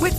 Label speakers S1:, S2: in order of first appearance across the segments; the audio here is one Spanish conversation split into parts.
S1: With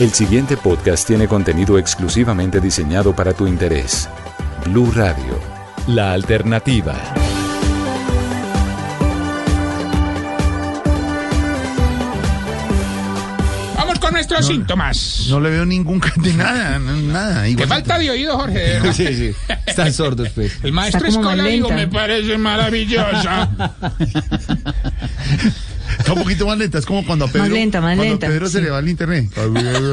S2: El siguiente podcast tiene contenido exclusivamente diseñado para tu interés. Blue Radio, la alternativa.
S3: Vamos con nuestros síntomas.
S4: No le veo ningún can- de nada, no- nada.
S3: Qué
S4: igualito.
S3: falta de oído, Jorge. de verdad.
S4: Sí, sí. Están sordos, pues.
S3: El maestro
S5: Está como
S3: Escola dijo,
S5: malenta.
S3: me parece maravillosa.
S4: Está un poquito más lenta, es como cuando a Pedro,
S5: Más lenta, más
S4: cuando a
S5: lenta,
S4: Pedro se
S5: sí.
S4: le va el internet.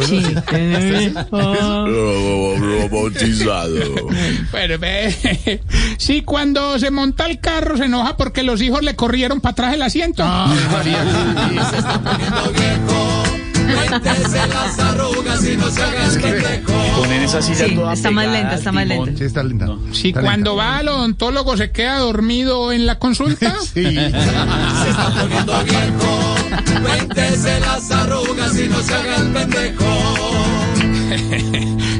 S5: Sí.
S6: Oh, Robotizado.
S3: Bueno, ve. Sí, cuando se monta el carro se enoja porque los hijos le corrieron para atrás el asiento.
S4: Ah,
S5: Sí, está más lenta, está más lenta.
S4: Sí, está lenta.
S3: Sí,
S4: Está lenta.
S3: cuando va al odontólogo se queda dormido en la consulta.
S4: Sí.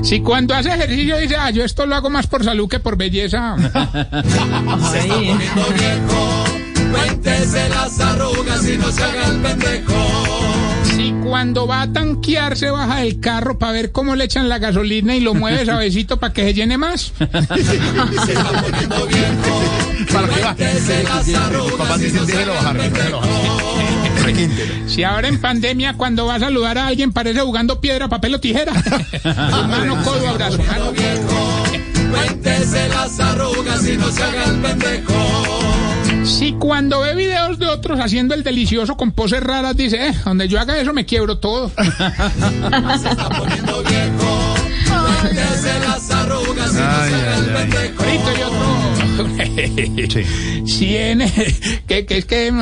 S3: Si cuando hace ejercicio dice, ah, yo esto lo hago más por salud que por belleza.
S5: Ay,
S3: Si cuando va a tanquear se baja del carro para ver cómo le echan la gasolina y lo mueve suavecito para que se llene más.
S4: ¿Para qué va? Los papás dicen, déjelo bajar, déjelo bajar. Requíntelo.
S3: Si ahora en pandemia cuando va a saludar a alguien parece jugando piedra, papel o tijera. Mano, codo, abrazo. mano. Si cuando ve videos de otros haciendo el delicioso con poses raras dice, eh, donde yo haga eso me quiebro todo.
S4: Ay, ay, ay.
S3: Ahorita hay otro. Si en- que, que es que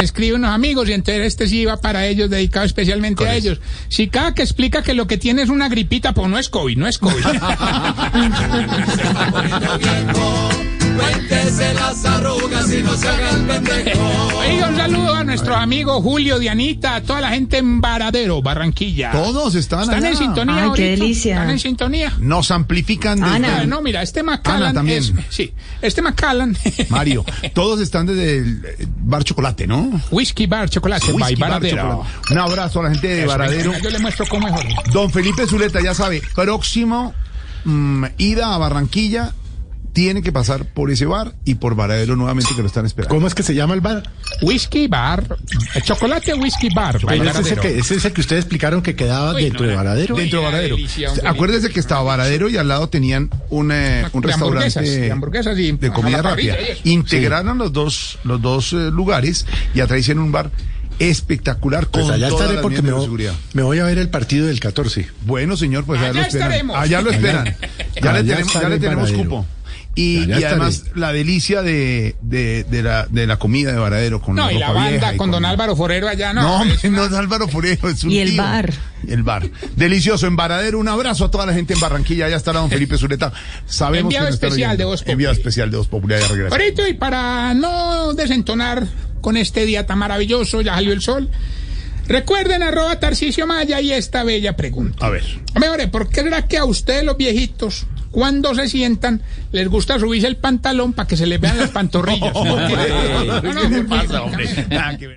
S3: escribe unos amigos y entonces este sí va para ellos, dedicado especialmente a ellos. Si cada que explica que lo que tiene es una gripita, pues no es COVID, no es COVID. Oiga, un saludo a nuestros amigos Julio, Dianita, a toda la gente en Varadero, Barranquilla.
S4: Todos están,
S3: Están
S4: allá.
S3: en sintonía.
S5: Ay, qué
S3: ahorita,
S5: delicia.
S3: Están en sintonía.
S4: Nos amplifican desde
S5: Ana.
S3: Ah, No, mira, este
S4: Ana
S3: Macallan
S4: también.
S3: es- sí, este Macallan.
S4: Mario. Todos están desde el eh, bar chocolate, ¿no?
S3: Whisky Bar Chocolate, by
S4: Whisky Bar
S3: Varadero.
S4: Chocolate. Un abrazo a la gente de Varadero.
S3: Yo le muestro cómo es Jorge.
S4: Don Felipe Zuleta, ya sabe, próximo mm, ida a Barranquilla, tiene que pasar por ese bar y por Varadero nuevamente que lo están esperando.
S7: ¿Cómo es que se llama el bar?
S3: Whisky Bar, eh, chocolate Whisky Bar, by
S7: Pero ese, es el
S3: Varadero.
S7: que, ese es el que ustedes explicaron que quedaba
S3: Uy,
S7: dentro
S3: no,
S7: de
S3: no.
S7: Varadero.
S3: Uy,
S4: Dentro de
S3: la
S4: Varadero.
S3: delicia, hombre.
S4: Acuérdese que estaba Varadero y al lado tenían un, eh, un
S3: De
S4: restaurante
S3: hamburguesas, de hamburguesas y-
S4: de comida
S3: a la parrilla
S4: rápida.
S3: y eso.
S4: Integraron los dos, los dos eh, lugares y atrás hicieron un bar espectacular con
S7: Pues allá
S4: todas
S7: estaré
S4: las
S7: porque
S4: medidas
S7: me,
S4: de
S7: vo-
S4: seguridad.
S7: me voy a ver el partido del 14.
S4: Bueno, señor, pues allá,
S3: Allá
S4: lo esperan.
S3: estaremos.
S4: Allá lo esperan. Ya
S7: Allá
S4: le tenemos, ya
S7: estaré
S4: le
S7: en
S4: tenemos
S7: Varadero.
S4: cupo. Y,
S7: Allá
S4: y además la delicia de, de, de la, de la comida de Varadero con
S3: No, y la
S4: ropa
S3: banda
S4: vieja y
S3: con don Álvaro Forero allá, no.
S4: No, hombre,
S3: es-
S4: no es Álvaro Forero, es un
S5: Y el
S4: tío.
S5: bar.
S4: El bar. Delicioso, en Varadero. Un abrazo a toda la gente en Barranquilla. Ya estará don Felipe Zuleta. Sabemos
S3: Eh. Enviado
S4: que nos están
S3: especial
S4: oyendo.
S3: de Voz Populi.
S4: Enviado especial de Voz Popular.
S3: Ahorita, y para no desentonar con este día tan maravilloso, ya salió el sol. Recuerden arroba Tarcisio Maya y esta bella pregunta.
S4: A ver.
S3: Hombre, ¿por qué será que a ustedes los viejitos, cuando se sientan, les gusta subirse el pantalón para que se les vean las pantorrillas? No,
S4: hombre.
S3: no,
S4: ¿Qué le
S3: porque-
S4: pasa, hombre? Nada que ver.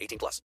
S8: 18 plus.